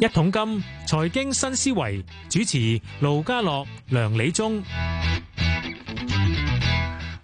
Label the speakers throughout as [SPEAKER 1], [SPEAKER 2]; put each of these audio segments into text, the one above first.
[SPEAKER 1] 一桶金財經新思維主持盧家樂、梁理中，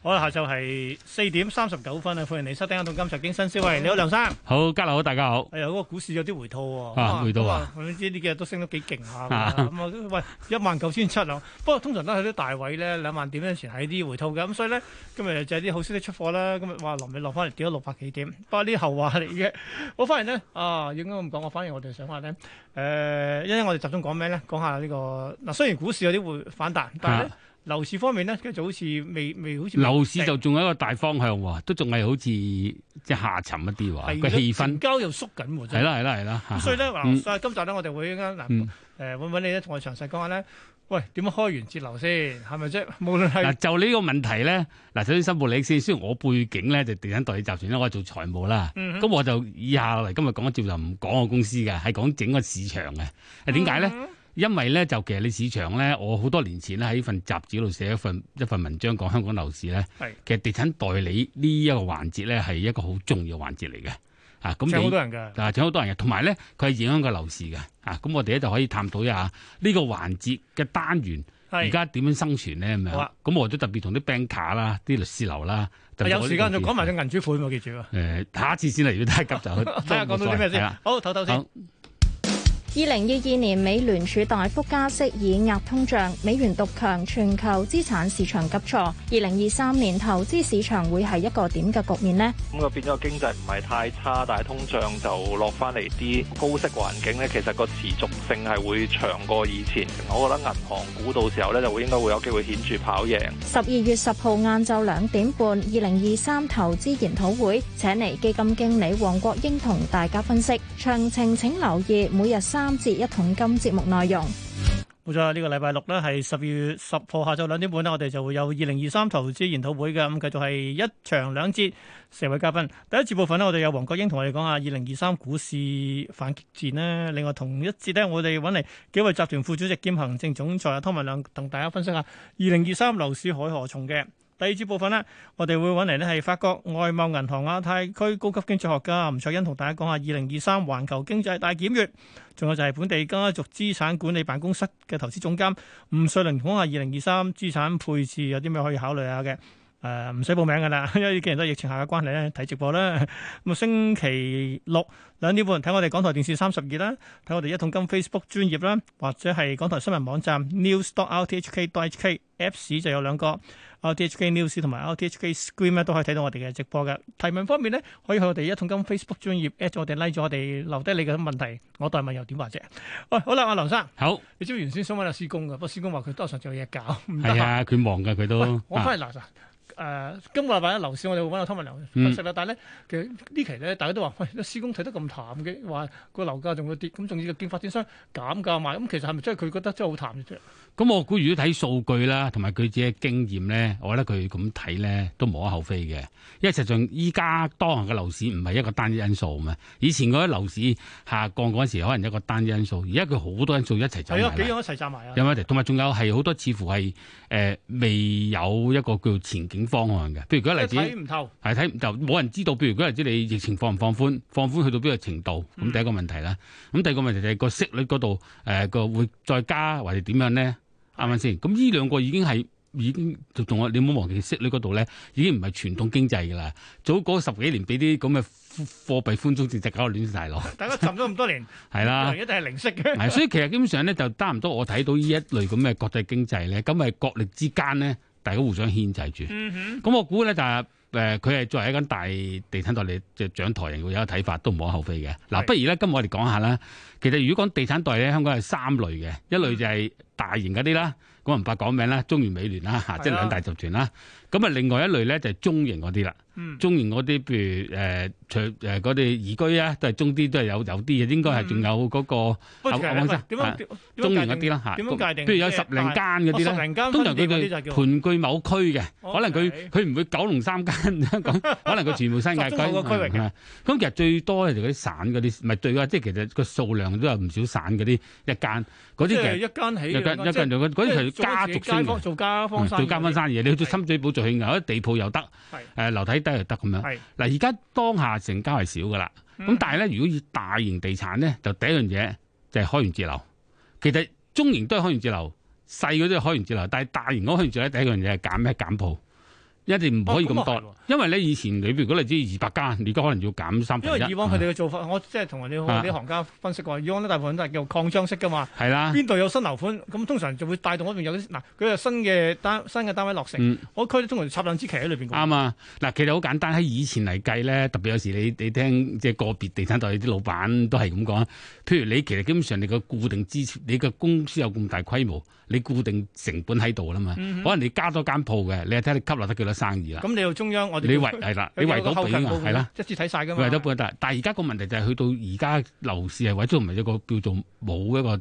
[SPEAKER 2] 好啦，下晝係四點三十九分啊！歡迎你收聽《一桶金財經新思維》，你好，梁生。
[SPEAKER 3] 好，家樂好，大家好。
[SPEAKER 2] 哎呀，嗰個股市有啲回吐喎。
[SPEAKER 3] 啊回吐啊！
[SPEAKER 2] 咁知呢幾日都升得幾勁下㗎
[SPEAKER 3] 啊
[SPEAKER 2] 咁啊，喂，一萬九千七啊！不過通常都係啲大位咧，兩萬點嗰陣時係啲回吐嘅。咁所以咧，今日就係啲好消息出貨啦。今日哇，臨尾落翻嚟跌咗六百幾點，不過呢啲後話嚟嘅。我反而咧啊，應該咁講，我反而我哋想話咧，誒、因為我哋集中講咩咧？講下呢、個嗱，雖然股市有啲會反彈，但係咧。
[SPEAKER 3] 啊
[SPEAKER 2] 樓市方面咧，繼續好似未未好似未
[SPEAKER 3] 樓市
[SPEAKER 2] 定
[SPEAKER 3] 就仲有一個大方向喎，都仲係好似即係下沉一啲喎，
[SPEAKER 2] 係
[SPEAKER 3] 啊個
[SPEAKER 2] 而家
[SPEAKER 3] 氣氛
[SPEAKER 2] 成交又縮緊喎，真
[SPEAKER 3] 係。啦係啦係啦。
[SPEAKER 2] 咁所以咧，
[SPEAKER 3] 嗯
[SPEAKER 2] 嗱，所以今集咧，我哋會一間嗱，誒
[SPEAKER 3] 嗯
[SPEAKER 2] 揾揾你咧，同我詳細講下咧，喂，點樣開源節流先，係咪啫？無論
[SPEAKER 3] 嗱，
[SPEAKER 2] 係
[SPEAKER 3] 就呢個問題咧，嗱，首先申報利益先。雖然我背景咧就地產代理集團啦，我係做財務啦，
[SPEAKER 2] 嗯
[SPEAKER 3] 咁我就以下嚟今日講一節就唔講我公司嘅，係講整個市場嘅。係點解咧？
[SPEAKER 2] 嗯
[SPEAKER 3] 因為咧就其實你市場咧，我好多年前咧喺份雜誌度寫一份一份文章講香港樓市咧
[SPEAKER 2] 係，
[SPEAKER 3] 其實地產代理呢一個環節咧係一個好重要環節嚟嘅。啊，咁
[SPEAKER 2] 請好
[SPEAKER 3] 你
[SPEAKER 2] 多人㗎，
[SPEAKER 3] 啊，仲有好多人嘅，同埋咧佢係影響個樓市嘅。啊，咁我哋咧就可以探討一下呢個環節嘅單元而
[SPEAKER 2] 係。
[SPEAKER 3] 家點樣生存咧咁
[SPEAKER 2] 好
[SPEAKER 3] 樣
[SPEAKER 2] 啊。
[SPEAKER 3] 咁我都特別同啲 bank 卡啦、啲律師樓啦，特別
[SPEAKER 2] 有
[SPEAKER 3] 我呢
[SPEAKER 2] 時間就
[SPEAKER 3] 個
[SPEAKER 2] 講埋隻銀主款喎， 記住啊！
[SPEAKER 3] 誒，下一次先啦，如果太急就
[SPEAKER 2] 睇下講到啲咩
[SPEAKER 3] 係
[SPEAKER 2] 先
[SPEAKER 3] 啦。
[SPEAKER 2] 好，唞唞先
[SPEAKER 3] 好。
[SPEAKER 4] 二零二二年美聯儲大幅加息以壓通脹，美元獨強，全球資產市場急挫。二零二三年投資市場會係一個點嘅局面呢？
[SPEAKER 5] 咁啊變咗個經濟唔係太差，但係通脹就落翻嚟啲高息環境咧，其實個持續性係會長過以前。我覺得銀行股到時候咧就會應該會有機會顯著跑贏。
[SPEAKER 4] 十二月十號晏晝兩點半，二零二三投資研討會請嚟基金經理黃國英同大家分析，詳情請留意每日三節一桶金節目內容。
[SPEAKER 2] 冇錯，啊呢個禮拜六咧係十二月十號下晝兩點半咧，我哋就會有二零二三投資研討會嘅，咁繼續係一場兩節，四位嘉賓。第一節部分呢，我哋有黃國英同我哋講下二零二三股市反擊戰呢。另外同一節呢，我哋揾嚟幾位集團副主席兼行政總裁啊湯文亮同大家分析下二零二三樓市海河重嘅。第二節部分呢，我哋會揾嚟呢係法國外貿銀行亞太區高級經濟學家吳卓恩同大家講下二零二三環球經濟大檢閱。仲有就係本地家族資產管理辦公室嘅投資總監吳瑞麟講下二零二三資產配置有啲咩可以考慮下嘅。誒唔使報名㗎啦，因為既然都係疫情下嘅關係咧，睇直播啦。咁啊，星期六兩點半睇我哋港台電視三十二啦，睇我哋一桶金 Facebook 專頁啦，或者係港台新聞網站 news.rthk.hk Apps 就有兩個 RTHK News 同埋 RTHK Screen 咧都可以睇到我哋嘅直播嘅。提問方面咧，可以去我哋一桶金 Facebook 專頁 at 咗我哋 like 咗我哋，留低你嘅問題，我代問又點話啫？喂，好啦，阿梁生，
[SPEAKER 3] 好，
[SPEAKER 2] 你知唔知原先想揾阿施工嘅，不過施工話佢多上仲有嘢搞，唔得
[SPEAKER 3] 係
[SPEAKER 2] 閒
[SPEAKER 3] 啊，佢忙㗎，佢
[SPEAKER 2] 喂
[SPEAKER 3] 都。啊
[SPEAKER 2] 我翻嚟嗱嗱。誒、今個禮拜咧樓市我哋會揾阿湯文亮
[SPEAKER 3] 嗯
[SPEAKER 2] 分析啦，但係咧其實呢期咧大家都話，喂，施工睇得咁淡嘅，話個樓價仲會跌，咁仲要個建發展商減價賣，咁其實係咪真係佢覺得真係好淡嘅啫？
[SPEAKER 3] 咁我估如果睇數據啦，同埋佢自己嘅經驗咧，我覺得佢咁睇咧都無可厚非嘅。因為實際上依家當行嘅樓市唔係一個單一因素嘛。以前嗰啲樓市下降嗰陣時，可能一個單一因素，而家佢好多因素一齊走
[SPEAKER 2] 係
[SPEAKER 3] 埋
[SPEAKER 2] 啊，幾
[SPEAKER 3] 嚟。
[SPEAKER 2] 樣一齊賺埋啊！
[SPEAKER 3] 有問題，同埋仲有係好多似乎係誒、呃未有一個叫前景方案嘅。譬如舉個例
[SPEAKER 2] 即
[SPEAKER 3] 子，
[SPEAKER 2] 係睇唔透，
[SPEAKER 3] 係睇就冇人知道。譬如嗰陣知你疫情放唔放寬，放寬去到邊個程度，咁第一個問題啦。咁第二個問題就係個息率嗰度，誒、個會再加或者點樣咧？啱唔啱先？咁呢兩個已經係已經仲仲有你唔好忘記息率嗰度咧，已經唔係傳統經濟㗎啦。早嗰十幾年俾啲咁嘅貨幣寬鬆政策搞到亂晒咯，
[SPEAKER 2] 大家沉咗咁多年，
[SPEAKER 3] 係 啦
[SPEAKER 2] 可能。一定係零息嘅。
[SPEAKER 3] 係，所以其實基本上咧，就差唔多我睇到呢一類咁嘅國際經濟咧，咁係國力之間咧，大家互相牽制住。
[SPEAKER 2] 嗯
[SPEAKER 3] 咁我估咧就係、誒，佢係作為一間大地產代理嘅掌台人，會有一個睇法都無可厚非嘅。嗱，
[SPEAKER 2] 係
[SPEAKER 3] 不如咧，今日我哋講下啦。其實如果講地產代理咧，香港係三類
[SPEAKER 2] 嗯
[SPEAKER 3] 嘅，一類就係大型嗰啲啦，咁唔怕講名
[SPEAKER 2] 啊
[SPEAKER 3] 啦，中原美聯啦，嚇，即係
[SPEAKER 2] 係啊
[SPEAKER 3] 兩大集團啦。咁啊，另外一類咧就係中型嗰啲啦。
[SPEAKER 2] 嗯
[SPEAKER 3] 中型嗰啲，譬如誒，除誒嗰啲宜居啊，都係中啲，都係有有啲嘅，應該係仲有嗰、個。
[SPEAKER 2] 不過其實
[SPEAKER 3] 阿黃生
[SPEAKER 2] 喂點樣點
[SPEAKER 3] 中型嗰
[SPEAKER 2] 樣界
[SPEAKER 3] 啲
[SPEAKER 2] 定？
[SPEAKER 3] 啦嚇，
[SPEAKER 2] 點樣界定
[SPEAKER 3] 譬如有
[SPEAKER 2] 即係
[SPEAKER 3] 十零間嗰
[SPEAKER 2] 哦
[SPEAKER 3] 啲
[SPEAKER 2] 十
[SPEAKER 3] 咧，
[SPEAKER 2] 零間
[SPEAKER 3] 通
[SPEAKER 2] 分
[SPEAKER 3] 常
[SPEAKER 2] 店
[SPEAKER 3] 佢
[SPEAKER 2] 嗰啲就
[SPEAKER 3] 哋
[SPEAKER 2] 叫
[SPEAKER 3] 盤踞某區嘅，
[SPEAKER 2] 哦
[SPEAKER 3] 可能佢
[SPEAKER 2] OK
[SPEAKER 3] 佢唔會九龍三間香港， 可能佢全部新界
[SPEAKER 2] 集
[SPEAKER 3] 區。
[SPEAKER 2] 中某個區域嘅
[SPEAKER 3] 係啊咁其實最多就嗰啲省嗰啲，唔係最多，即係其實個數量都有唔少省嗰啲一間，嗰啲
[SPEAKER 2] 即
[SPEAKER 3] 其
[SPEAKER 2] 係
[SPEAKER 3] 實
[SPEAKER 2] 一間起
[SPEAKER 3] 有間有
[SPEAKER 2] 兩間
[SPEAKER 3] 間兩間，嗰啲係
[SPEAKER 2] 即係
[SPEAKER 3] 家
[SPEAKER 2] 做
[SPEAKER 3] 族
[SPEAKER 2] 自己
[SPEAKER 3] 性
[SPEAKER 2] 街
[SPEAKER 3] 嘅
[SPEAKER 2] 坊。做家
[SPEAKER 3] 嗯
[SPEAKER 2] 坊生意嗰
[SPEAKER 3] 做
[SPEAKER 2] 啲，
[SPEAKER 3] 家分生意，你去到
[SPEAKER 2] 係
[SPEAKER 3] 深水埗做慶牛，啲地鋪又得，誒樓梯低又得咁樣。
[SPEAKER 2] 係
[SPEAKER 3] 嗱，而家當下成交係少噶啦，咁
[SPEAKER 2] 嗯
[SPEAKER 3] 但係咧，如果以大型地產咧，就第一樣嘢就係開源節流。其實中型都係開源節流，細嗰啲係開源節流，但係大型嗰個開源節流第一樣嘢係減咩？減鋪，一定唔可以咁多，
[SPEAKER 2] 哦咁啊係喎
[SPEAKER 3] 因為咧以前你如果你知二百間，你而家可能要減三
[SPEAKER 2] 因
[SPEAKER 3] 分一。嗯
[SPEAKER 2] 為以往佢哋嘅做法，我即係同人哋
[SPEAKER 3] 啊
[SPEAKER 2] 啲行家分析過，以往咧大部分都係叫擴張式噶嘛，
[SPEAKER 3] 係啦，
[SPEAKER 2] 邊度有新樓盤，咁通常就會帶動嗰邊有啲嗱，佢有新嘅單新嘅單位落成，
[SPEAKER 3] 嗯。
[SPEAKER 2] 我區通常插兩支旗喺裏邊㗎。
[SPEAKER 3] 啱啊！嗱，其實好簡單，喺以前嚟計咧，特別有時你你聽即係個別地產代理啲老闆都係咁講。啊譬如你其實基本上你個固定支出，你個公司有咁大規模，你固定成本喺度啦嘛。可能你加多間鋪嘅，你係睇你吸納得幾多生意啦。
[SPEAKER 2] 嗯咁你又中央我哋
[SPEAKER 3] 你
[SPEAKER 2] 叫
[SPEAKER 3] 圍係啦，你圍到比啊，係啦。，
[SPEAKER 2] 一次睇晒㗎嘛。
[SPEAKER 3] 為咗半大，但係而家個問題就係去到而家樓市係或者唔係一個叫做冇一個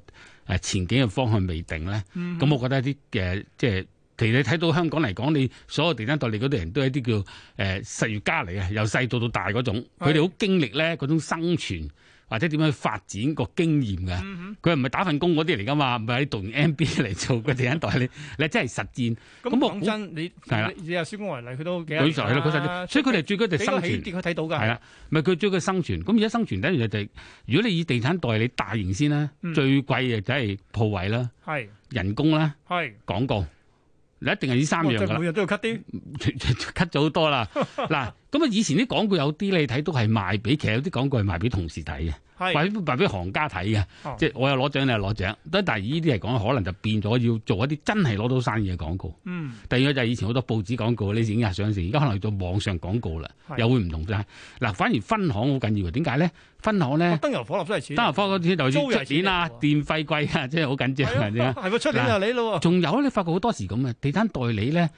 [SPEAKER 3] 誒前景嘅方向未定咧。咁、
[SPEAKER 2] 嗯
[SPEAKER 3] 我覺得一啲嘅即係其實你睇到香港嚟講，你所有地產代理嗰啲人都係一啲叫誒實業家嚟嘅，由細到到大嗰種，佢哋好經歷咧嗰種生存或者點樣去發展個經驗
[SPEAKER 2] 嗯
[SPEAKER 3] 嘅。佢唔係打份工嗰啲嚟噶嘛，唔係你讀完 MBA 嚟做個地產代理，你真係實戰。
[SPEAKER 2] 咁
[SPEAKER 3] 咁我
[SPEAKER 2] 講
[SPEAKER 3] 估
[SPEAKER 2] 真，你
[SPEAKER 3] 係啦
[SPEAKER 2] 你你由施工為例，佢都幾啊
[SPEAKER 3] 舉上去啦，舉上去所以佢哋最緊要就係
[SPEAKER 2] 俾
[SPEAKER 3] 生
[SPEAKER 2] 個
[SPEAKER 3] 存
[SPEAKER 2] 起。跌佢睇到㗎。
[SPEAKER 3] 係啦，咪佢追佢生存。咁而家生存第一樣嘢就係、如果你以地產代理大型先啦，
[SPEAKER 2] 嗯
[SPEAKER 3] 最貴嘅就係鋪位啦、
[SPEAKER 2] 係
[SPEAKER 3] 人工啦、
[SPEAKER 2] 係
[SPEAKER 3] 廣告，你一定係呢三
[SPEAKER 2] 哇
[SPEAKER 3] 樣
[SPEAKER 2] 即
[SPEAKER 3] 噶
[SPEAKER 2] 係
[SPEAKER 3] 啦
[SPEAKER 2] 每，日都要 cut 啲。
[SPEAKER 3] cut 咗好多啦。 嗱，咁啊以前啲廣告有啲你睇都係賣俾，其實有啲廣告係賣俾同事睇嘅，
[SPEAKER 2] 係
[SPEAKER 3] 賣俾賣俾行家睇嘅，
[SPEAKER 2] 哦
[SPEAKER 3] 即係我有攞獎，你有攞獎。但係呢啲嚟講，可能就變咗要做一啲真係攞到生意嘅廣告。
[SPEAKER 2] 嗯
[SPEAKER 3] 第二個就係以前好多報紙廣告，你已經壓上市，而家可能要做網上廣告啦，
[SPEAKER 2] 係
[SPEAKER 3] 又會唔同晒。嗱，反而分行好緊要嘅，點解咧？分行
[SPEAKER 2] 哇
[SPEAKER 3] 咧，
[SPEAKER 2] 燈油火蠟都係錢。
[SPEAKER 3] 單人房嗰啲就
[SPEAKER 2] 租又係
[SPEAKER 3] 好似出年啊
[SPEAKER 2] 錢嚟，
[SPEAKER 3] 電費貴啊，即 係好緊張
[SPEAKER 2] 係啊
[SPEAKER 3] 係點啊？
[SPEAKER 2] 係咪出年就你咯喎？
[SPEAKER 3] 仲有咧，你發覺好多時咁嘅地產代理咧，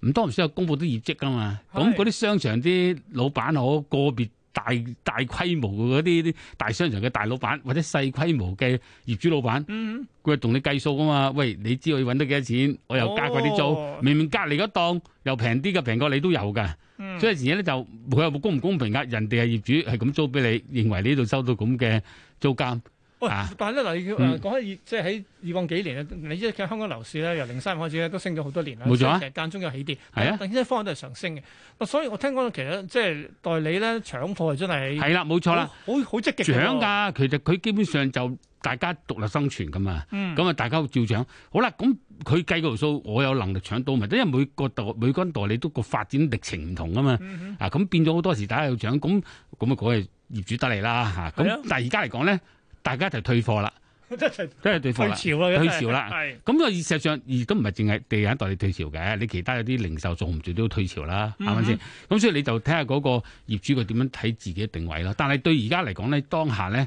[SPEAKER 3] 唔多唔少有公佈啲業績噶嘛。咁
[SPEAKER 2] 係
[SPEAKER 3] 嗰啲商場啲老闆好，個別大大規模嗰啲啲大商場嘅大老闆，或者細規模嘅業主老闆，
[SPEAKER 2] 嗯，
[SPEAKER 3] 佢係同你計數噶嘛。喂，你知我要揾得幾多錢，我又加貴啲租，
[SPEAKER 2] 哦
[SPEAKER 3] 明明隔離嗰檔又平啲嘅，平過你都有㗎。
[SPEAKER 2] 嗯
[SPEAKER 3] 所以而家咧就佢又冇公唔公平㗎，人哋係業主係咁租俾你，認為你呢度收到咁嘅租金。
[SPEAKER 2] 喂
[SPEAKER 3] 啊，
[SPEAKER 2] 但係咧嗱，要
[SPEAKER 3] 嗯
[SPEAKER 2] 誒講起即係喺以往幾年咧，你知其實香港樓市咧由零三年開始咧都升咗好多年啦，
[SPEAKER 3] 冇錯啊
[SPEAKER 2] 所以其實間中有起跌，
[SPEAKER 3] 係啊
[SPEAKER 2] 但係呢方向都係上升嘅。嗱，所以我聽講其實即係代理咧搶貨係真係
[SPEAKER 3] 係啦，冇錯啦。
[SPEAKER 2] 好，好好積極嘅喎
[SPEAKER 3] 獎。㗎，其實佢基本上就大家獨立生存㗎嘛，
[SPEAKER 2] 嗯
[SPEAKER 3] 咁啊、大家照獎。好啦，咁佢計嗰條數，我有能力搶到咪得？因為每個代每間代理都個發展歷程唔同啊嘛，
[SPEAKER 2] 嗯
[SPEAKER 3] 啊咁變咗好多時大家有獎，咁咁啊嗰係業主得利啦嚇。咁、
[SPEAKER 2] 係啊
[SPEAKER 3] 但係而家嚟講咧，大家就退貨啦，
[SPEAKER 2] 即係
[SPEAKER 3] 都係退貨
[SPEAKER 2] 退
[SPEAKER 3] 啦。
[SPEAKER 2] 潮啦，
[SPEAKER 3] 退潮啦
[SPEAKER 2] 係
[SPEAKER 3] 咁啊，事實上而都唔係淨係地產代理退潮嘅，你其他有啲零售做唔住都退潮啦，
[SPEAKER 2] 嗯
[SPEAKER 3] 啱唔啱先？咁所以你就睇下嗰個業主佢點樣睇自己嘅定位咯。但係對而家嚟講咧，當下咧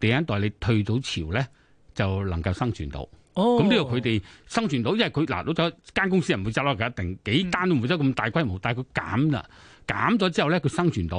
[SPEAKER 3] 地產代理退到潮咧，就能夠生存到。
[SPEAKER 2] 哦，
[SPEAKER 3] 咁呢個佢哋生存到，因為佢嗱老咗間公司又唔會執笠嘅，一定幾單都唔會執咁大規模，但係佢減啦，減咗之後咧，佢生存到。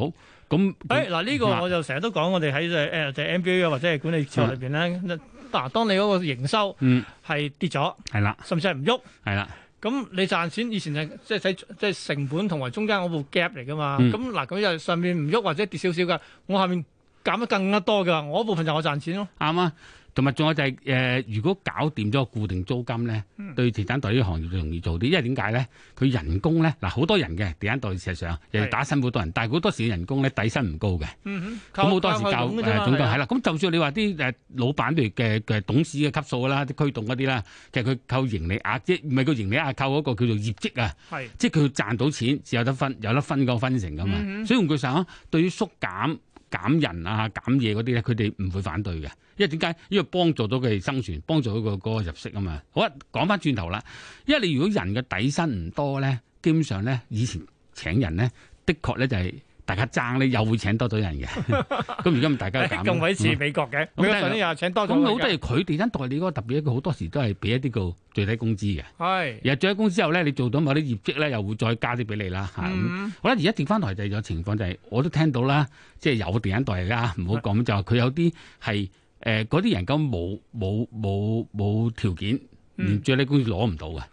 [SPEAKER 3] 咁
[SPEAKER 2] 誒嗱呢個
[SPEAKER 3] 啊
[SPEAKER 2] 我就成日都講，我哋喺誒就 MBA 啊或者係管理策略裏邊咧，嗱當你嗰個營收
[SPEAKER 3] 嗯
[SPEAKER 2] 係跌咗，
[SPEAKER 3] 係啦
[SPEAKER 2] 甚至係唔喐。
[SPEAKER 3] 係啦，
[SPEAKER 2] 咁你賺錢以前係即係睇即係成本同埋中間嗰部 gap 嚟噶嘛？
[SPEAKER 3] 嗯
[SPEAKER 2] 咁嗱、咁又上面唔喐或者跌少少噶，我下面減得更加多噶，我嗰部分就我賺錢咯。
[SPEAKER 3] 啱啊。同埋仲有就係、誒、如果搞掂咗個固定租金咧，
[SPEAKER 2] 嗯
[SPEAKER 3] 對地產代理呢個行業就容易做啲，因為點解咧？佢人工咧嗱，好多人嘅地產代理事實上又
[SPEAKER 2] 係
[SPEAKER 3] 打辛苦多人，但係好多時嘅人工咧底薪唔高嘅，
[SPEAKER 2] 嗯哼，
[SPEAKER 3] 咁好多時
[SPEAKER 2] 靠
[SPEAKER 3] 教
[SPEAKER 2] 用嘅啫
[SPEAKER 3] 誒
[SPEAKER 2] 嘛
[SPEAKER 3] 總共係
[SPEAKER 2] 係啊
[SPEAKER 3] 啦。咁就算你話啲誒老闆譬如嘅嘅董事嘅級數啦、啲驅動嗰啲啦，其實佢扣盈利額，即係唔係個盈利額扣嗰個叫做業績啊。
[SPEAKER 2] 係
[SPEAKER 3] 即係佢要賺到錢，至有得分，有得分個分成噶嘛。
[SPEAKER 2] 嗯
[SPEAKER 3] 所以換句上講，對於縮減減人啊、減嘢嗰啲咧，佢哋唔會反對嘅，因為點解？因為幫助到佢哋生存，幫助到個嗰個入息啊嘛。好啊，講翻轉頭啦，因為你如果人嘅底薪唔多咧，基本上咧以前請人咧，的確咧就係、大家爭咧，又會請多咗人嘅。 咁而家咪大家減
[SPEAKER 2] 誒
[SPEAKER 3] 咯
[SPEAKER 2] 咁鬼似美國嘅，美國上年又請多咗
[SPEAKER 3] 咁好
[SPEAKER 2] 㗎，
[SPEAKER 3] 多嘢，佢地產代理嗰個特別，佢好多時都係俾一啲個最低工資嘅。
[SPEAKER 2] 係
[SPEAKER 3] 而係最低工資之後咧，你做到某啲業績咧，又會再加啲俾你啦嚇。咁
[SPEAKER 2] 嗯
[SPEAKER 3] 好啦，而家調翻台就係有情況就係、我都聽到啦，即係有地產代理啦，
[SPEAKER 2] 嗯
[SPEAKER 3] 唔好講就係佢有啲係誒嗰啲人咁冇冇冇冇條件，
[SPEAKER 2] 嗯哦
[SPEAKER 3] 連最低工資攞唔到嘅。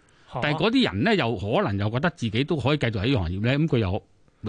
[SPEAKER 3] 但係嗰啲人咧，又可能又覺得自己都可以繼續喺呢個行業咧，咁佢又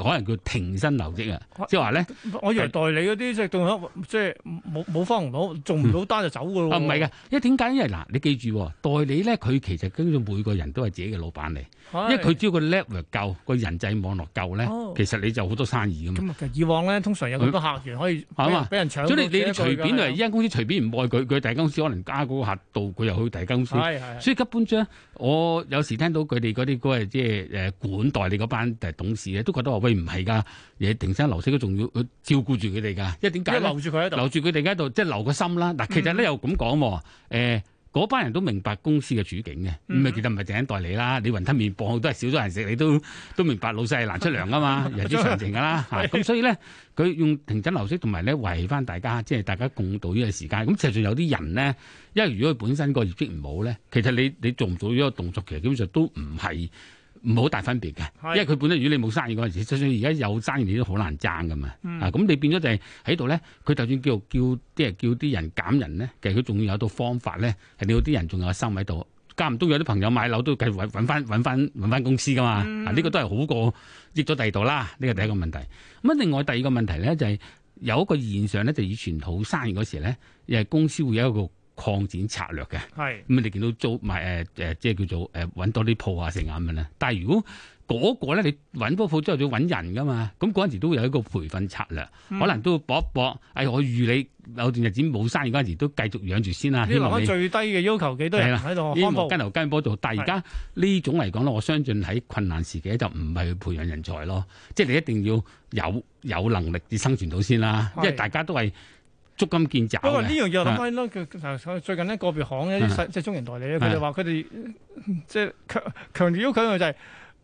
[SPEAKER 3] 可能叫停薪留職啊，即係話咧
[SPEAKER 2] 我以為代理嗰啲即係仲即係冇冇翻唔到，做唔到單就走噶咯。
[SPEAKER 3] 啊，唔係嘅，因為點解？因為嗱，你記住喎，代理咧，佢其實跟住每個人都係自己嘅老闆嚟，
[SPEAKER 2] 係，
[SPEAKER 3] 因為佢只要個 level 夠，個人際網絡夠咧
[SPEAKER 2] 哎哦，
[SPEAKER 3] 其實你就好多生意噶嘛。
[SPEAKER 2] 咁啊其實以往咧，通常有咁多客源可以俾
[SPEAKER 3] 係
[SPEAKER 2] 人
[SPEAKER 3] 嘛
[SPEAKER 2] 俾人搶到
[SPEAKER 3] 啊所以
[SPEAKER 2] 自
[SPEAKER 3] 你
[SPEAKER 2] 己
[SPEAKER 3] 你
[SPEAKER 2] 一個㗎，
[SPEAKER 3] 你隨便嚟
[SPEAKER 2] 係
[SPEAKER 3] 一間公司，隨便唔愛佢，佢第二間公司可能加嗰個客度，佢又去第二間公司。
[SPEAKER 2] 係係
[SPEAKER 3] 所以一般將我有時聽到佢哋嗰啲嗰係即係誒管代理嗰班誒董事咧，都覺得話喂唔係㗎，嘢停薪留息都仲要呃照顧住佢哋㗎，因為點
[SPEAKER 2] 即
[SPEAKER 3] 解
[SPEAKER 2] 係
[SPEAKER 3] 咧
[SPEAKER 2] 留？住佢喺度。嗯
[SPEAKER 3] 留住佢哋而家喺度，即係留個心啦。嗱，其實咧又咁講喎，誒嗰班人都明白公司嘅處境嘅，
[SPEAKER 2] 嗯
[SPEAKER 3] 咁啊其實唔係淨係代理啦，你雲吞麵磅都係少咗人食，你都都明白老細係難出糧 噶嘛，人之常情噶啦嚇。咁所以咧，佢用停止流息同埋咧維翻大家，即係大家共度呢個時間。咁實際上有啲人咧，因為如果佢本身個業績唔好咧，其實你你做唔做呢個動作，其實基本上都唔係。唔好大分別嘅，
[SPEAKER 2] 係
[SPEAKER 3] 因為佢本身如果你冇生意嗰陣時，就算而家有生意你都好難爭噶嘛。啊，咁你變咗就係喺度咧，佢就算叫叫即係叫啲人減人咧，其實佢仲要有到方法咧，係令到啲人仲有心喺度。間唔中有啲朋友買樓都繼續揾揾翻揾翻揾翻公司噶嘛。啊，呢個都係好過益咗第二度啦。呢個第一個問題。咁另外第二個問題咧就係、有一個現象咧，就以前好生意嗰時咧，誒公司會有一個擴展策略嘅。
[SPEAKER 2] 係
[SPEAKER 3] 咁啊你見到租埋誒誒，即係叫做誒揾多啲鋪啊，成啊咁樣啦。但係如果嗰個咧，你揾嗰個鋪之後，要揾人噶嘛，咁嗰陣時都會有一個培訓策略，
[SPEAKER 2] 嗯
[SPEAKER 3] 可能都會搏一搏。哎，我預你有段日子冇生意嗰陣時，都繼續養住先啦。
[SPEAKER 2] 你
[SPEAKER 3] 希
[SPEAKER 2] 留
[SPEAKER 3] 望
[SPEAKER 2] 翻
[SPEAKER 3] 你
[SPEAKER 2] 最低嘅要求幾多人喺度
[SPEAKER 3] 希
[SPEAKER 2] 康
[SPEAKER 3] 望
[SPEAKER 2] 復
[SPEAKER 3] 跟？頭跟波做。但係而家呢種嚟講咧，我相信喺困難時期咧，就唔係去培養人才咯，即係你一定要有有能力至生存到先啦。因為
[SPEAKER 2] 係
[SPEAKER 3] 大家都係捉襟見肘
[SPEAKER 2] 不過呢
[SPEAKER 3] 嘅。嗯
[SPEAKER 2] 樣嘢我諗翻咯，佢最近呢個別行一啲細即係中型代理咧，佢哋
[SPEAKER 3] 嗯
[SPEAKER 2] 話佢哋 即係強強調要求嘅就係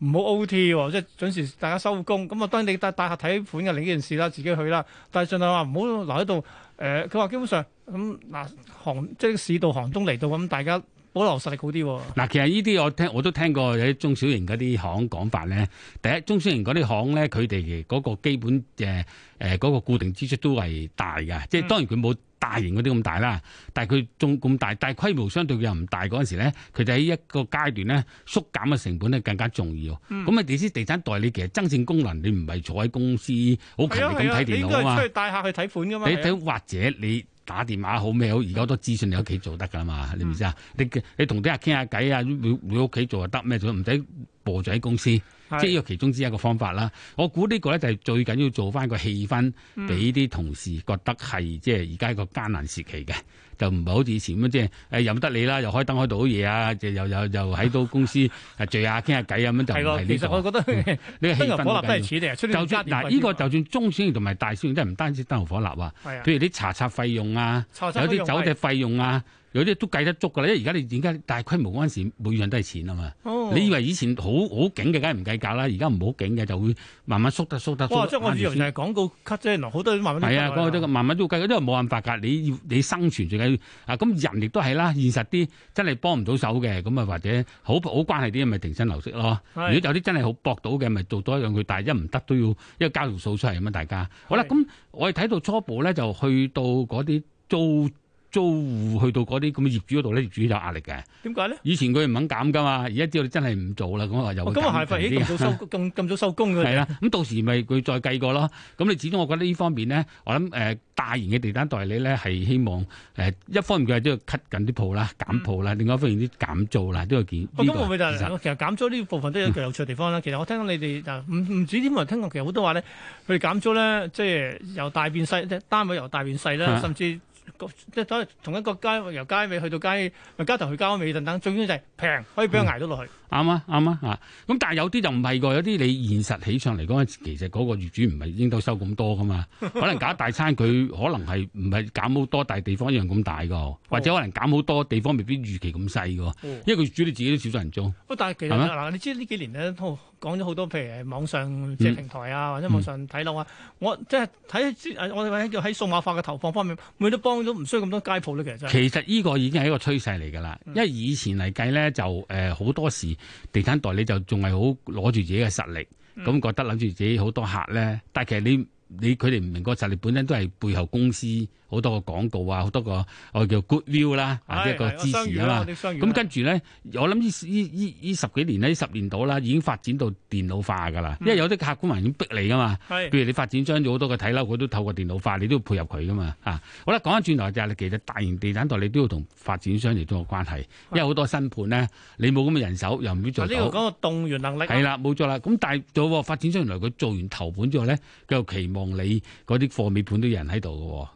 [SPEAKER 2] 唔好 O T 喎，即係準時大家收工。咁啊，當然你帶帶客睇盤嘅另一件事啦，自己去啦。但係盡量話唔好留喺度。誒、佢話基本上咁嗱、寒即係市道寒冬嚟到咁，大家保留實力好啲喎。
[SPEAKER 3] 嗱，其實呢啲我聽我都聽過有啲中小型嗰啲行講法咧。第一，中小型嗰啲行咧，佢哋嗰個基本誒誒嗰個固定支出都係大嘅，即係
[SPEAKER 2] 嗯
[SPEAKER 3] 當然佢冇大型嗰啲咁大啦，但係佢仲咁大，但係規模相對佢又唔大嗰陣時咧，佢哋喺一個階段咧縮減嘅成本咧更加重要。
[SPEAKER 2] 嗯
[SPEAKER 3] 咁啊、地產地產代理其實真正功能，你唔係坐喺公司好勤
[SPEAKER 2] 係啊
[SPEAKER 3] 力咁
[SPEAKER 2] 係啊，
[SPEAKER 3] 睇
[SPEAKER 2] 你
[SPEAKER 3] 電
[SPEAKER 2] 應
[SPEAKER 3] 腦
[SPEAKER 2] 該
[SPEAKER 3] 啊
[SPEAKER 2] 係
[SPEAKER 3] 嘛
[SPEAKER 2] 出。去帶客去睇盤噶嘛。
[SPEAKER 3] 你
[SPEAKER 2] 係啊
[SPEAKER 3] 睇或者你打電話好咩好，而家好多資訊你喺屋企做得㗎啦
[SPEAKER 2] 嗯
[SPEAKER 3] 嘛，你明唔知啊？你你同啲人傾下偈啊，每每屋企做就得咩做，唔使播咗喺公司，即
[SPEAKER 2] 啊
[SPEAKER 3] 係呢個其中之一個方法啦。我估呢個咧就係最緊要做翻個氣氛，
[SPEAKER 2] 嗯
[SPEAKER 3] 俾啲同事覺得係即係而家一個艱難時期嘅。就唔係好似以前咁即係誒任得你啦，又開燈開到好夜啊，又又又又喺到公司 誒聚下傾下偈啊咁樣就
[SPEAKER 2] 係
[SPEAKER 3] 唔係
[SPEAKER 2] 喎，
[SPEAKER 3] 呢
[SPEAKER 2] 其實我
[SPEAKER 3] 個
[SPEAKER 2] 覺得
[SPEAKER 3] 呢個氣
[SPEAKER 2] 燈油
[SPEAKER 3] 氛
[SPEAKER 2] 火蠟
[SPEAKER 3] 好
[SPEAKER 2] 都
[SPEAKER 3] 緊要
[SPEAKER 2] 係。似你啊，出
[SPEAKER 3] 就
[SPEAKER 2] 年加
[SPEAKER 3] 算
[SPEAKER 2] 電費
[SPEAKER 3] 嗱，呢
[SPEAKER 2] 添
[SPEAKER 3] 個
[SPEAKER 2] 喎
[SPEAKER 3] 就算中小型同埋大小型都係唔單止燈油火蠟啊。
[SPEAKER 2] 係啊
[SPEAKER 3] 譬如啲查冊費用啊，
[SPEAKER 2] 查冊
[SPEAKER 3] 有
[SPEAKER 2] 費用
[SPEAKER 3] 啲酒
[SPEAKER 2] 係
[SPEAKER 3] 嘅費用啊，有啲都計得足㗎啦。因為而家你點解大規模嗰陣時，每樣都係錢啊嘛。
[SPEAKER 2] 哦
[SPEAKER 3] 你以為以前好好勁嘅，梗係唔計較啦。而家唔好勁嘅就會慢慢縮得縮得
[SPEAKER 2] 哇！即
[SPEAKER 3] 縮得
[SPEAKER 2] 係我
[SPEAKER 3] 慢
[SPEAKER 2] 以
[SPEAKER 3] 條
[SPEAKER 2] 為就
[SPEAKER 3] 線。
[SPEAKER 2] 係廣告 cut 啫，原來好多人慢慢
[SPEAKER 3] 係啊，嗰個都慢慢都要計，因為冇辦法㗎。你要你生存最緊要啊。咁人亦都係啦，現實啲真係幫唔到手嘅，咁啊或者好好關係啲咪停薪留息咯。如果
[SPEAKER 2] 係
[SPEAKER 3] 有啲真係好搏到嘅，咪做多一樣佢，但係一唔得都要，因為交條數出嚟咁啊！大家好啦，
[SPEAKER 2] 係
[SPEAKER 3] 咁我哋睇到初步咧，就去到嗰啲租租户，去到嗰啲咁嘅業主嗰度咧，業主有壓力嘅。
[SPEAKER 2] 點解咧？
[SPEAKER 3] 以前佢唔肯減噶嘛，而家知道你真係唔做啦，咁啊又會
[SPEAKER 2] 我今日係
[SPEAKER 3] 減
[SPEAKER 2] 發
[SPEAKER 3] 平
[SPEAKER 2] 現
[SPEAKER 3] 啲
[SPEAKER 2] 咁早 收咁咁早收工嘅，
[SPEAKER 3] 係啦， 咁到時咪佢再計過咯。咁你始終我覺得呢方面咧，我諗誒、呃大型嘅地產代理咧係希望誒、呃一方面佢係都要 cut
[SPEAKER 2] 嗯
[SPEAKER 3] 緊啲鋪啦、減鋪啦，另外一方面啲減租啦都有見。
[SPEAKER 2] 我哦
[SPEAKER 3] 呢
[SPEAKER 2] 咁
[SPEAKER 3] 個
[SPEAKER 2] 會唔會就
[SPEAKER 3] 其實
[SPEAKER 2] 係其實減租呢部分都有一個有趣地方啦。其實我聽到你哋嗱唔唔止添，我聽過其實好多話咧，佢哋減租咧，即係由大變細，即係單位由大變細啦，
[SPEAKER 3] 啊
[SPEAKER 2] 甚至個即係都係同一個街由街尾去到街由街頭去街尾等等，最緊要就係平，可以俾我捱到落去。
[SPEAKER 3] 啱啊，啱啊，啊！咁但係有啲就唔係㗎，有啲你現實起上嚟嗰陣時，其實嗰個業主唔係應該收咁多 噶嘛，可能搞一大餐佢可能係唔係減好多，但係地方一樣咁大㗎，或者可能減好多地方未必預期咁細㗎，因為個業主你自己都少咗人租，
[SPEAKER 2] 不過但係其實
[SPEAKER 3] 係咩
[SPEAKER 2] 嗱，你知呢幾年咧都講咗好多，譬如誒網上即係
[SPEAKER 3] 嗯
[SPEAKER 2] 平台啊，或者網上睇樓啊，我即係睇之誒我哋喺喺數碼化嘅投放方面，每都幫咗唔需要咁多街鋪咧，其實真係。
[SPEAKER 3] 其實呢個已經係一個趨勢嚟㗎啦，
[SPEAKER 2] 嗯
[SPEAKER 3] 因為以前嚟計咧就誒好、多時地
[SPEAKER 2] 嗯
[SPEAKER 3] 產代理就仲係好攞住自己嘅實力，咁、覺得諗住自己好多客咧，但係其實你你佢哋唔明個實力本身都係背後公司好多個廣告啊，好多個我哋叫 good view 啦，或者一
[SPEAKER 2] 係
[SPEAKER 3] 個
[SPEAKER 2] 係我
[SPEAKER 3] 支
[SPEAKER 2] 相遇
[SPEAKER 3] 持
[SPEAKER 2] 啦
[SPEAKER 3] 啊嘛
[SPEAKER 2] 我。哋相遇
[SPEAKER 3] 咁
[SPEAKER 2] 啦
[SPEAKER 3] 跟住咧，我諗呢依依依十幾年咧，呢十年到啦，已經發展到電腦化㗎
[SPEAKER 2] 嗯
[SPEAKER 3] 啦。因為有啲客觀環境逼你㗎嘛，
[SPEAKER 2] 係
[SPEAKER 3] 譬如你發展商有好多個睇樓，佢都透過電腦化，你都要配合佢㗎嘛。啊，好啦，講翻轉頭就係其實大型地產代理都要同發展商嚟都有關係，因為好多新盤咧，你冇咁嘅人手，又唔必
[SPEAKER 2] 嗱
[SPEAKER 3] 做
[SPEAKER 2] 啊呢個
[SPEAKER 3] 到。
[SPEAKER 2] 講到動員能力啊
[SPEAKER 3] 係啦，冇錯啦。咁但係到喎發展商原來佢做完頭盤之後咧，佢又期望你嗰啲貨尾盤都有人喺度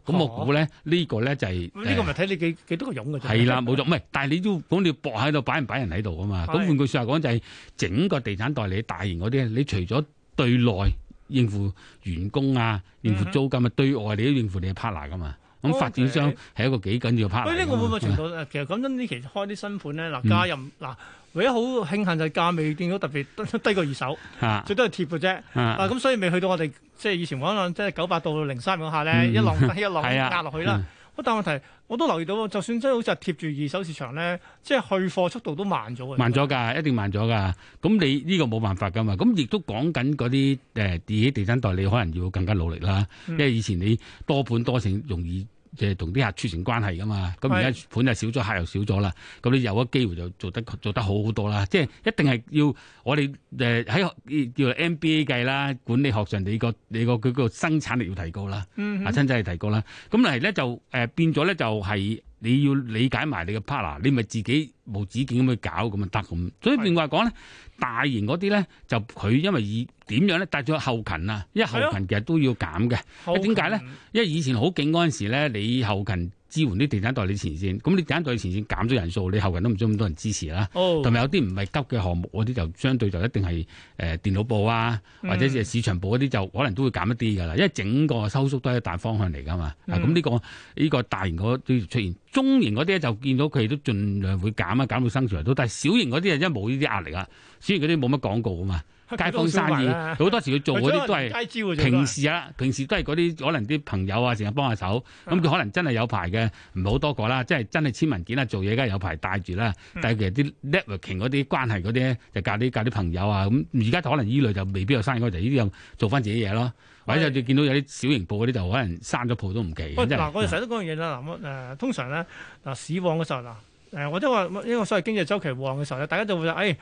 [SPEAKER 3] 嘅喎。咁我估咧呢個咧就係、
[SPEAKER 2] 咁哦呢個咪睇你幾幾多個佣嘅啫。
[SPEAKER 3] 係啦， 冇錯，唔係，但係你都咁你要搏喺度擺唔擺人喺度啊嘛。咁
[SPEAKER 2] 係
[SPEAKER 3] 換句説話講，就係整個地產代理大型嗰啲，你除咗對內應付員工啊、應付
[SPEAKER 2] 嗯
[SPEAKER 3] 租金啊，對外你都應付你嘅 partner 噶嘛。咁
[SPEAKER 2] OK
[SPEAKER 3] 發展商係一個幾緊要嘅 partner 㗎嘛。
[SPEAKER 2] 喂，呢個會唔會程度誒？其實講真，呢期開啲新盤咧，
[SPEAKER 3] 嗯
[SPEAKER 2] 嗱價又唔嗱，唯一好慶幸就係價未見到特別低過二手，
[SPEAKER 3] 啊
[SPEAKER 2] 最多係貼嘅啫。啊，
[SPEAKER 3] 啊
[SPEAKER 2] 咁所以未去到我哋即係以前可能即係九八到零三嗰下咧，
[SPEAKER 3] 嗯
[SPEAKER 2] 一浪 低一浪
[SPEAKER 3] 係啊
[SPEAKER 2] 壓落去啦。咁但係問題，我都留意到，就算真係好似係貼住二手市場咧，即係去貨速度都慢咗啊嘅。
[SPEAKER 3] 慢咗㗎，一定慢咗㗎。咁你呢個冇辦法㗎嘛。咁亦都講緊嗰啲誒自己地產代理可能要更加努力啦，
[SPEAKER 2] 嗯
[SPEAKER 3] 因為以前你多盤多成容易。即係同啲客促成關係㗎嘛，咁而家盤又少咗，客又少咗啦，咁你有咗機會就做得做得好好多啦。即係一定係要我哋誒喺學叫做 MBA 計啦，管理學上你個你個佢個生產力要提高啦。
[SPEAKER 2] 嗯
[SPEAKER 3] 啊，真真係提高啦。咁嚟咧就誒、呃、變咗咧就係你要理解埋你嘅 partner，你咪自己無止境咁去搞咁啊咪得咁。所以變話講咧，大型嗰啲咧就佢因為以點樣咧，帶咗後勤啊，因為後
[SPEAKER 2] 係啊
[SPEAKER 3] 勤其實都要減嘅。
[SPEAKER 2] 好
[SPEAKER 3] 點解咧
[SPEAKER 2] 近
[SPEAKER 3] 因為以前好勁嗰陣時咧，你後勤支援啲地產代理前線，咁你地產代理前線減咗人數，你後勤都唔想咁多人支持啦。
[SPEAKER 2] 哦，
[SPEAKER 3] 同埋有啲唔係急嘅項目嗰啲就相對就一定係誒、呃、電腦部啊，
[SPEAKER 2] 嗯
[SPEAKER 3] 或者係市場部嗰啲就可能都會減一啲㗎啦，因為整個收縮都係一大方向嚟㗎嘛。啊，咁
[SPEAKER 2] 嗯
[SPEAKER 3] 呢、個呢、個大型嗰啲出現，中型嗰啲咧就見到佢哋都盡量會減啊，減到生存嚟到，但係小型嗰啲啊，因為冇呢啲壓力啊，小型嗰啲冇乜廣告啊嘛，街坊生 意
[SPEAKER 2] 佢
[SPEAKER 3] 好多時佢做嗰啲都係。
[SPEAKER 2] 街招嘅啫
[SPEAKER 3] 平時啊，平時都係嗰啲可能啲朋友啊，成日幫下手，咁佢可能真係有牌嘅，唔係好多個啦，即係真係簽文件啊，做嘢梗係有牌帶住啦。
[SPEAKER 2] 嗯
[SPEAKER 3] 但係其實啲 networking 嗰啲關係嗰啲咧，就教啲教啲朋友啊，咁而家可能依類就未必有生意嗰陣，呢啲就做翻自己嘢咯。或者
[SPEAKER 2] 係
[SPEAKER 3] 你見到有啲小型鋪嗰啲就可能閂咗鋪都唔奇。
[SPEAKER 2] 喂，
[SPEAKER 3] 真係
[SPEAKER 2] 嗱，我哋成日都講樣嘢啦，嗱，誒、通常咧，嗱，市旺嘅時候，嗱，誒，我都話呢個所謂經濟周期旺嘅時候咧，大家就會話，誒、哎，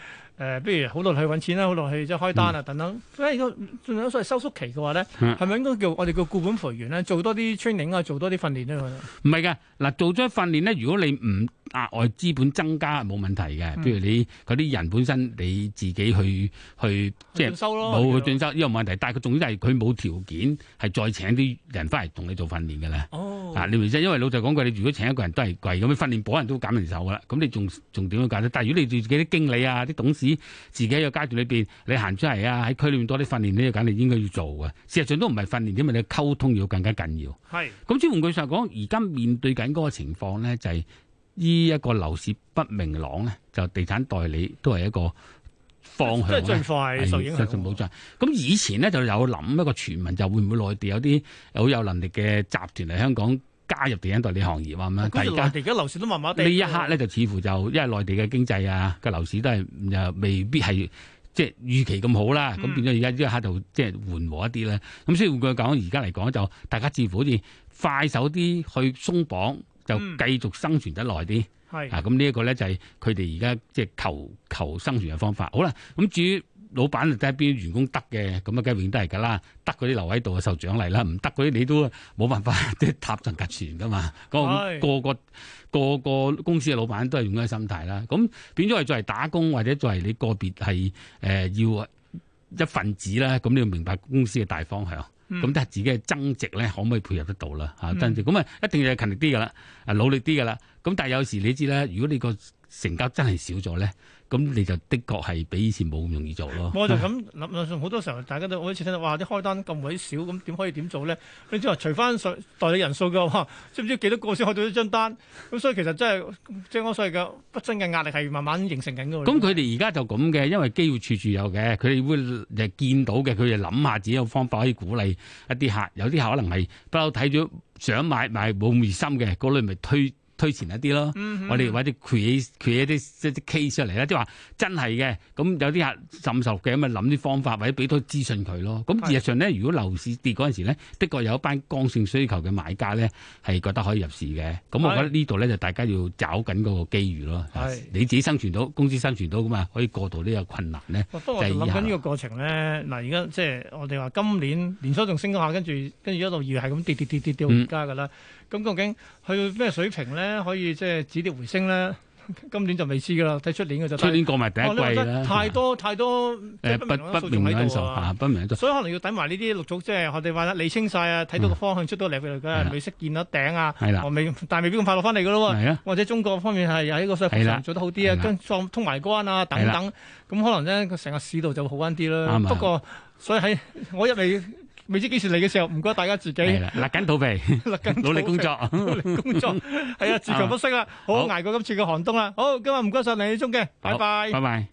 [SPEAKER 2] 誒、不如好耐去揾錢啦，好耐去即係開單啊，等等。咁如果仲有所謂收縮期嘅話咧，
[SPEAKER 3] 嗯
[SPEAKER 2] 係咪應該叫我哋叫固本培元咧，做多啲 training 啊，做多啲訓練咧？
[SPEAKER 3] 唔係㗎，嗱做咗訓練咧，如果你唔額外資本增加係冇問題嘅，譬如你嗰啲人本身你自己去去即係
[SPEAKER 2] 進修咯，
[SPEAKER 3] 冇
[SPEAKER 2] 我哋
[SPEAKER 3] 去
[SPEAKER 2] 叫
[SPEAKER 3] 進修呢個冇問題，但係佢重點係佢冇條件係再請啲人翻嚟同你做訓練嘅啦。
[SPEAKER 2] 哦，
[SPEAKER 3] 啊，你明唔明啫？因為老實講句，你如果請一個人都係貴，咁你訓練部人都減人手噶啦，咁你仲仲點樣搞啫？但係如果你自己啲經理啊、啲董事自己喺個階段裏邊，你行出嚟啊，喺區裏面多啲訓練呢，梗係應該要做嘅。事實上都唔係訓練，因為你嘅溝通要更加緊要。
[SPEAKER 2] 係
[SPEAKER 3] 咁即係換句實講，而家面對緊嗰個情況咧，就係呢一個樓市不明朗咧，就地產代理都係一個方向
[SPEAKER 2] 即
[SPEAKER 3] 啊。
[SPEAKER 2] 係最快受影響
[SPEAKER 3] 相信冇錯。咁以前咧就有諗一個傳聞，就會唔會內地有啲好有能力嘅集團嚟香港加入地產代理行業啊咁樣？但
[SPEAKER 2] 哦咁就內
[SPEAKER 3] 係而家
[SPEAKER 2] 地而家樓市都麻麻地。
[SPEAKER 3] 呢一刻咧，就似乎就因為內地嘅經濟啊個樓市都係又未必係。即係預期咁好啦，咁
[SPEAKER 2] 嗯
[SPEAKER 3] 變咗而家呢一刻就即係緩和一啲啦。咁所以換句講，而家嚟講就大家似乎好似快手啲去鬆綁，就
[SPEAKER 2] 嗯
[SPEAKER 3] 繼續生存得耐啲。
[SPEAKER 2] 係
[SPEAKER 3] 啊，咁呢一個咧就係佢哋而家即係求求生存嘅方法。好啦，咁至於老闆就睇下邊啲員工得嘅，咁啊梗係永遠都係㗎啦。得嗰啲留喺度啊受獎勵啦，唔得嗰啲你都冇辦法即係踏上隔船㗎嘛。
[SPEAKER 2] 係
[SPEAKER 3] 嗰個個個個公司嘅老闆都係用呢個心態啦。咁變咗係作為打工或者作為你個別係誒、呃要一份子啦，咁你要明白公司嘅大方向。
[SPEAKER 2] 嗯
[SPEAKER 3] 咁但係自己嘅增值咧，可唔可以配合得到啦？嚇、
[SPEAKER 2] 嗯
[SPEAKER 3] 增值咁啊，一定要勤力啲噶啦，啊努力啲噶啦。咁但係有時你知啦，如果你個成交真係少咗咧，咁你就的確係比以前冇咁容易做咯。
[SPEAKER 2] 我就咁諗諗，好多時候大家都我好似聽到哇啲開單咁鬼少，咁點可以點做咧？你知話除翻上代理人數嘅話， 知唔知幾多個先開到一張單？咁所以其實真係即係我所謂嘅不爭嘅壓力係慢慢形成緊嘅喎。
[SPEAKER 3] 咁佢哋而家就咁嘅，因為機會處處有嘅，佢哋會誒見到嘅，佢哋諗下自己有方法可以鼓勵一啲客，有啲客可能係不嬲睇咗想買買冇咁熱心嘅，嗰類咪推推前一啲咯。
[SPEAKER 2] 嗯
[SPEAKER 3] 我哋或者 create create 啲即 case 出嚟啦，即係話真係嘅，咁有啲客甚受嘅，咁咪諗啲方法或者俾多資訊佢咯。咁事實上咧，如果樓市跌嗰陣時咧，的確有一班剛性需求嘅買家咧係覺得可以入市嘅。咁我覺得呢度咧就大家要找緊嗰個機遇咯
[SPEAKER 2] 係。
[SPEAKER 3] 你自己生存到，公司生存到咁啊，可以過渡呢個困難咧。
[SPEAKER 2] 不過我就諗緊呢個過程咧，嗱而家即係我哋話今年年初仲升咗下，跟住跟住一路二係咁跌跌跌跌跌到而家噶啦。咁、究竟去到咩水平咧，可以即係止跌回升咧？今年就未知噶啦，睇出年嘅就
[SPEAKER 3] 出年過埋第一
[SPEAKER 2] 但係我覺
[SPEAKER 3] 季
[SPEAKER 2] 得
[SPEAKER 3] 啦，
[SPEAKER 2] 太多太多
[SPEAKER 3] 誒
[SPEAKER 2] 誒
[SPEAKER 3] 不不明因素啊，不明因素。
[SPEAKER 2] 所以可能要等埋呢啲陸續，即係我哋話啦，理清晒啊，睇到個方向出到嚟，譬如
[SPEAKER 3] 係
[SPEAKER 2] 佢
[SPEAKER 3] 啦
[SPEAKER 2] 美息見到頂啊，
[SPEAKER 3] 係啦
[SPEAKER 2] 我未，但係未必咁快落翻嚟噶咯喎。
[SPEAKER 3] 係啊，
[SPEAKER 2] 或者中國方面係喺個市
[SPEAKER 3] 係啦
[SPEAKER 2] 場做得好啲啊
[SPEAKER 3] 係，啦
[SPEAKER 2] 跟撞通埋關啊等等，咁可能咧個成個市道就會好翻啲啦。
[SPEAKER 3] 啱啊
[SPEAKER 2] 不過所以喺 我入嚟未知幾時嚟嘅時候，唔該大家自己
[SPEAKER 3] 係啦，勒緊肚皮，
[SPEAKER 2] 勒緊
[SPEAKER 3] 努力工作。
[SPEAKER 2] 努力工作，係啊，自強不息啦，好
[SPEAKER 3] 好
[SPEAKER 2] 捱過今次嘅寒冬啦。好，今日唔該晒梁理中嘅，拜
[SPEAKER 3] 好
[SPEAKER 2] 拜
[SPEAKER 3] 拜。拜。